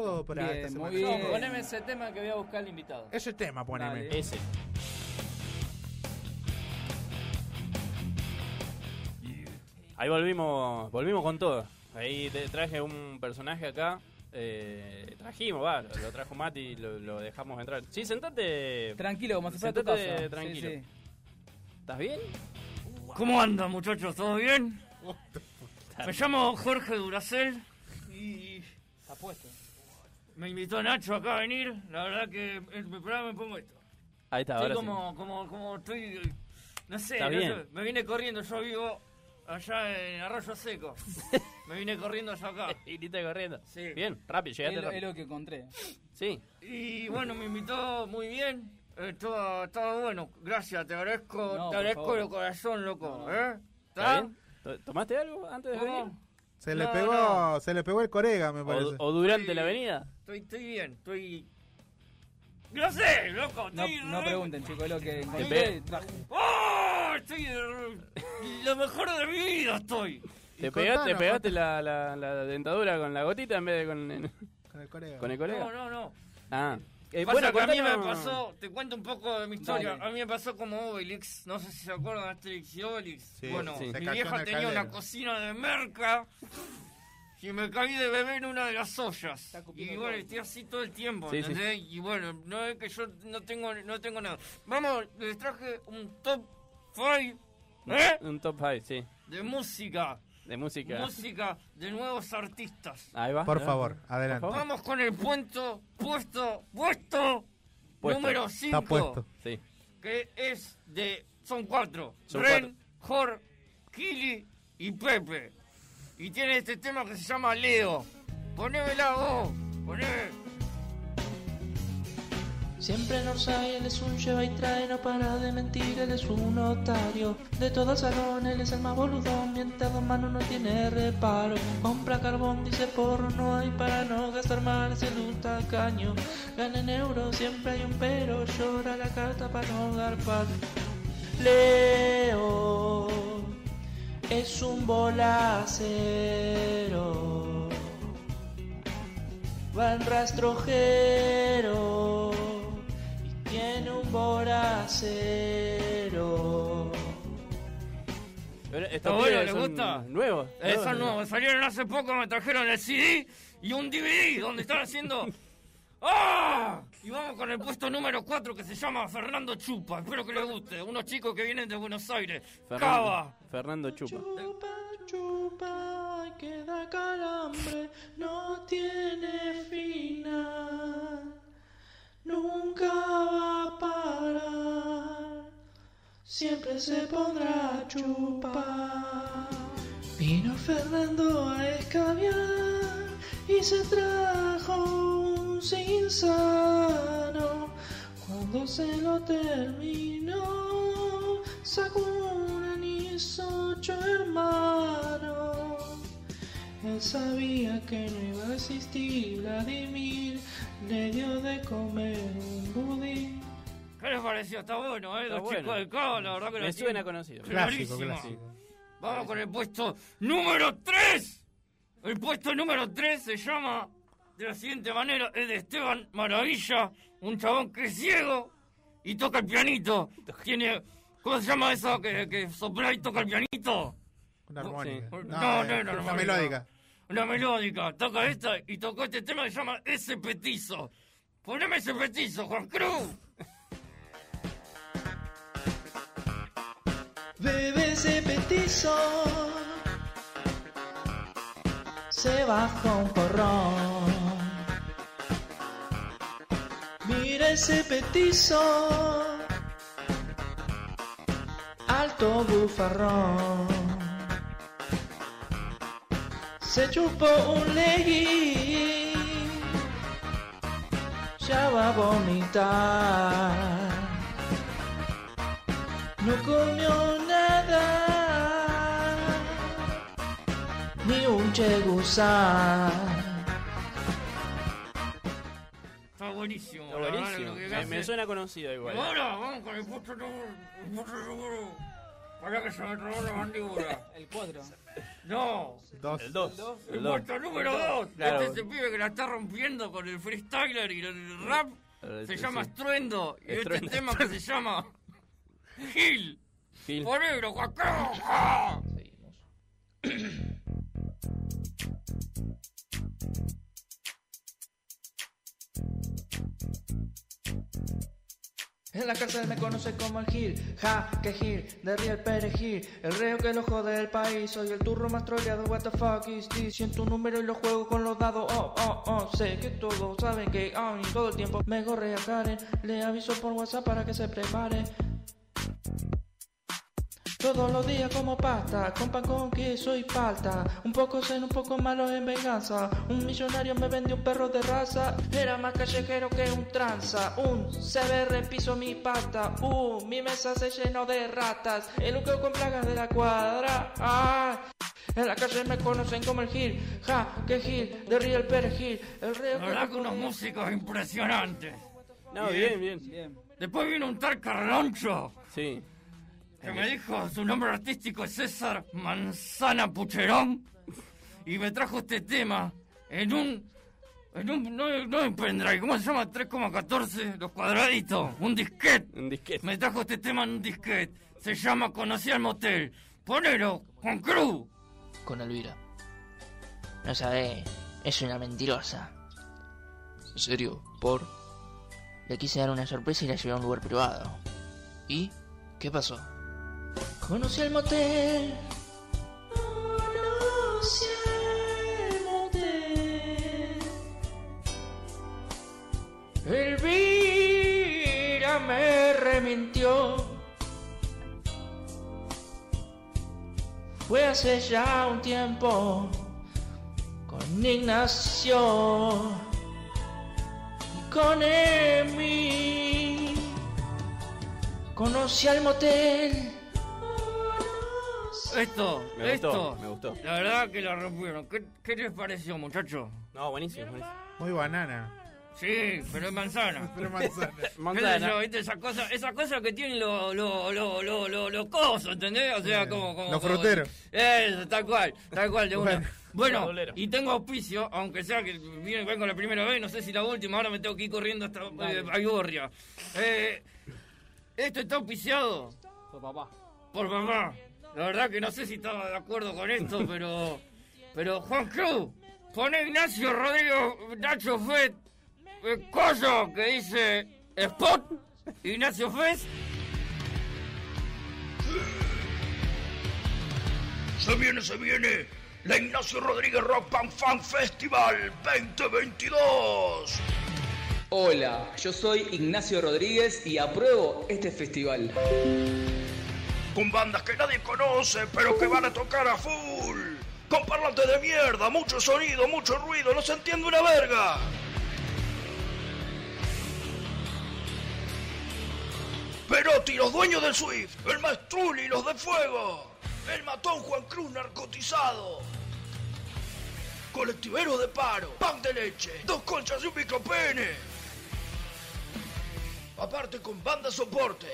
todo para Bien, esta semana. muy bien. No, poneme ese tema que voy a buscar al invitado. Ese tema, poneme. Dale. Ese. Ahí volvimos, volvimos con todo. Ahí te traje un personaje acá. eh, trajimos, va, lo, lo trajo Mati, lo, lo dejamos entrar. Sí, sentate. Tranquilo, como si fuera tu Sentate casa. tranquilo. Sí, ¿Estás bien? ¿Cómo andan muchachos? ¿Todo bien? Me llamo Jorge Duracel y Está puesto. me invitó Nacho acá a venir. La verdad que en mi programa me pongo esto. Ahí está, Estoy ahora sí. como, como, como estoy... No sé, Está no bien. sé, me vine corriendo, yo vivo allá en Arroyo Seco. me vine corriendo allá acá. Y te corriendo. Sí. Bien, rápido, sí. Es llegaste lo- es rápido. lo que encontré. Sí. Y bueno, me invitó muy bien. Estaba, estaba bueno, gracias, te agradezco, No, te por agradezco favor. de corazón, loco. No. ¿Eh? ¿Ah? ¿Está bien? ¿To- ¿Tomaste algo antes de venir? ¿Cómo? Se le No, pegó, no. se le pegó el corega, me parece. ¿O, o durante Sí. la avenida? Estoy, estoy bien, estoy. No sé, loco, No, estoy. no re- pregunten, chicos, es lo que pe- encontré. Tra- ¡Oh! Estoy. re- Lo mejor de mi vida estoy. Y ¿Te contanos, pegaste, pegaste la, la- la dentadura con la gotita en vez de con, Con el corega. con el colega? No, no, no. Ah. Eh, Pasa que a mí me contanos- pasó, te cuento un poco de mi historia. Dale. A mí me pasó como Obelix, no sé si se acuerdan Asterix y Obelix. Sí, bueno, sí. Se mi cayó en vieja el tenía caldero. una cocina de merca y me caí de bebé en una de las ollas. cupido Y el bueno, lobo. estoy así todo el tiempo, Sí, sí. ¿entendés? Y bueno, no es que yo no tengo, no tengo nada. Vamos, les traje un top 5 ¿eh? Un top 5, sí. de música. De música. Música de nuevos artistas. Ahí va. Por ¿no? favor, adelante. Por favor. Vamos con el puesto, puesto, puesto, Puesto. número Está 5. puesto. Sí. que es de. Son cuatro: Son Ren, Jor, Kili y Pepe. Y tiene este tema que se llama Leo. Ponémela vos, poneme. Eh, Siempre en Orsay, él es un lleva y trae, no para de mentir, él es un notario. De todo el salón, él es el más boludo, mientras dos manos no tiene reparo. Compra carbón, dice porro, no hay para no gastar mal, es el un tacaño. Gana en euros, siempre hay un pero, llora la carta para no garpar. Leo es un bolacero va en rastrojero y tiene un boracero. Pero estos Está bueno, pibes ¿les son gusta? Nuevos. Esos nuevos salieron hace poco, me trajeron el CD y un DVD donde están haciendo. ¡Ah! Y vamos con el puesto número 4 que se llama Fernando Chupa. Espero que les guste. Unos chicos que vienen de Buenos Aires. Cava. Fernando Chupa. Chupa, chupa, que da calambre, no tiene final, nunca va a parar, siempre se pondrá a chupar. Vino Fernando a escabiar y se trajo un sinsano. Cuando se lo terminó, sacó un anís ocho hermanos. Él sabía que no iba a existir Vladimir, le dio de comer un budín. ¿Qué les pareció? Está bueno, ¿eh? Está Los chicos bueno. de Cava, la verdad que Me la suena tienen. conocido. Clásico, Clarísimo. clásico. Vamos con el puesto número 3. El puesto número 3 se llama de la siguiente manera: es de Esteban Maravilla, un chabón que es ciego y toca el pianito. Tiene. ¿Cómo se llama eso que, que sopla y toca el pianito? Una armónica. Sí. No, No, no, eh, no, no, Una no. melódica. Una melódica. Toca esta y tocó este tema que se llama Ese Petizo. Poneme ese petizo, Juan Cruz. Bebé se petizo se baja un porrón. Mira ese petizo, alto bufarrón. Se chupó un legui, ya va a vomitar no comió nada, ni un chegusán. Está buenísimo. Está la verdad, buenísimo. lo que Me, hace. me suena conocido igual. Ahora vamos con el puesto número. El puesto número. Para que se me robó la mandíbula. El 4. No. Dos. El 2. El puesto número 2. Claro. Este es el pibe que la está rompiendo con el freestyler y el rap. Se llama Estruendo. Y Estruendo. este tema que se llama. Gil. Gil. Por negro, guacao, ja. Seguimos. En la cárcel me conoce como el Gil, ja, que Gil, de Riel Perejil, el reo que lo jode del país, soy el turro más troleado, what the fuck is this, siento un número y lo juego con los dados, oh, oh, oh, sé que todos saben que, oh, y todo el tiempo me gorre a Karen, le aviso por WhatsApp para que se prepare, todos los días como pasta, con pan con queso y palta. Un poco zen, un poco malo en venganza. Un millonario me vendió un perro de raza. Era más callejero que un tranza. Un CBR piso mi pata. Uh, mi mesa se llenó de ratas. El luqueo con plagas de la cuadra. Ah. En la calle me conocen como el Gil. Ja, que Gil, de Riel Perejil. El reo La verdad que unos músicos impresionantes. No, bien, bien. Bien. Después vino un tal Carloncho. Sí. que me dijo su nombre artístico es César Manzana Pucherón y me trajo este tema en un en un no, no en pendrive, ¿cómo se llama? 3,14 los cuadraditos, un disquete. Un disquete. Me trajo este tema en un disquete. Se llama Conocí al motel. Ponelo con Cruz. con Elvira. No sabe, es una mentirosa. ¿En serio? ¿Por? Le quise dar una sorpresa y la llevé a un lugar privado. ¿Y? ¿Qué pasó? Conocí el motel. Conocí el motel. Elvira me remintió. fue hace ya un tiempo con Ignacio y con Emi. Conocí al motel. Esto, Me esto. gustó, me gustó. La verdad que la rompieron. ¿Qué, qué les pareció, muchachos? No, buenísimo. buenísimo. Muy banana. Sí, pero es manzana. Pero manzana. ¿Qué sé yo, viste? Esas cosas esas cosas que tienen los lo, lo, lo, lo, lo cosos, ¿entendés? O sea, Bien. como, como. Los como- fruteros. Eso, tal cual, tal cual, de una. Bueno, Doblero. y tengo auspicio, aunque sea que viene- vengo la primera vez, no sé si la última, ahora me tengo que ir corriendo hasta eh, Aigorria. Eh, esto está auspiciado Por papá. por mamá. La verdad que no sé si estaba de acuerdo con esto, pero. Pero Juan Cruz, pone Ignacio Rodrigo Nacho Fett, eh, Coso, que dice Spot, Ignacio Fett. Se viene, se viene. La Ignacio Rodríguez Rock Band Fan Festival 2022. Hola, yo soy Ignacio Rodríguez y apruebo este festival. Con bandas que nadie conoce, pero que van a tocar a full. Con parlantes de mierda, mucho sonido, mucho ruido, no se entiende una verga. Perotti, los dueños del Swift, el Maestruli, los de Fuego, el matón Juan Cruz narcotizado, colectiveros de paro, pan de leche, dos conchas y un micropene. Aparte con banda soporte,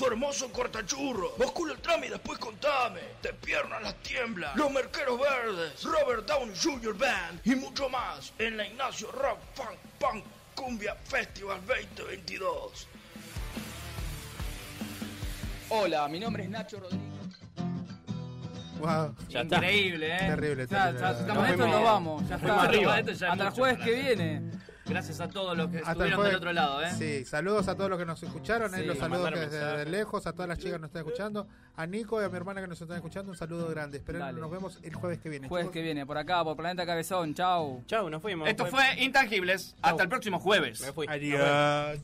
tu hermoso cortachurro, Moscú el trame y después contame, de piernas las tiemblas, los merqueros verdes, Robert Downey Jr. Band y mucho más en la Ignacio Rock Funk Punk Cumbia Festival 2022. Hola, mi nombre es Nacho Rodríguez. Wow. Ya está. Increíble, eh. Terrible, Ya, terrible. ya, si estamos Nos en esto, fuimos- nos vamos. Ya nos fuimos está. arriba. Esto ya es Hasta el mucho. jueves que viene. Gracias a todos los que Hasta el estuvieron jueves. del otro lado, eh. Sí, saludos a todos los que nos escucharon, ahí Sí, los nos saludos que mandaron desde mensajes. lejos, a todas las chicas que nos están escuchando, a Nico y a mi hermana que nos están escuchando, un saludo grande. Esperen, Dale. nos vemos el jueves que viene. Jueves chicos. que viene. Por acá, por Planeta Cabezón. Chau. Chau, nos fuimos. Esto fue Intangibles. Hasta el próximo jueves. Me fui. Adiós.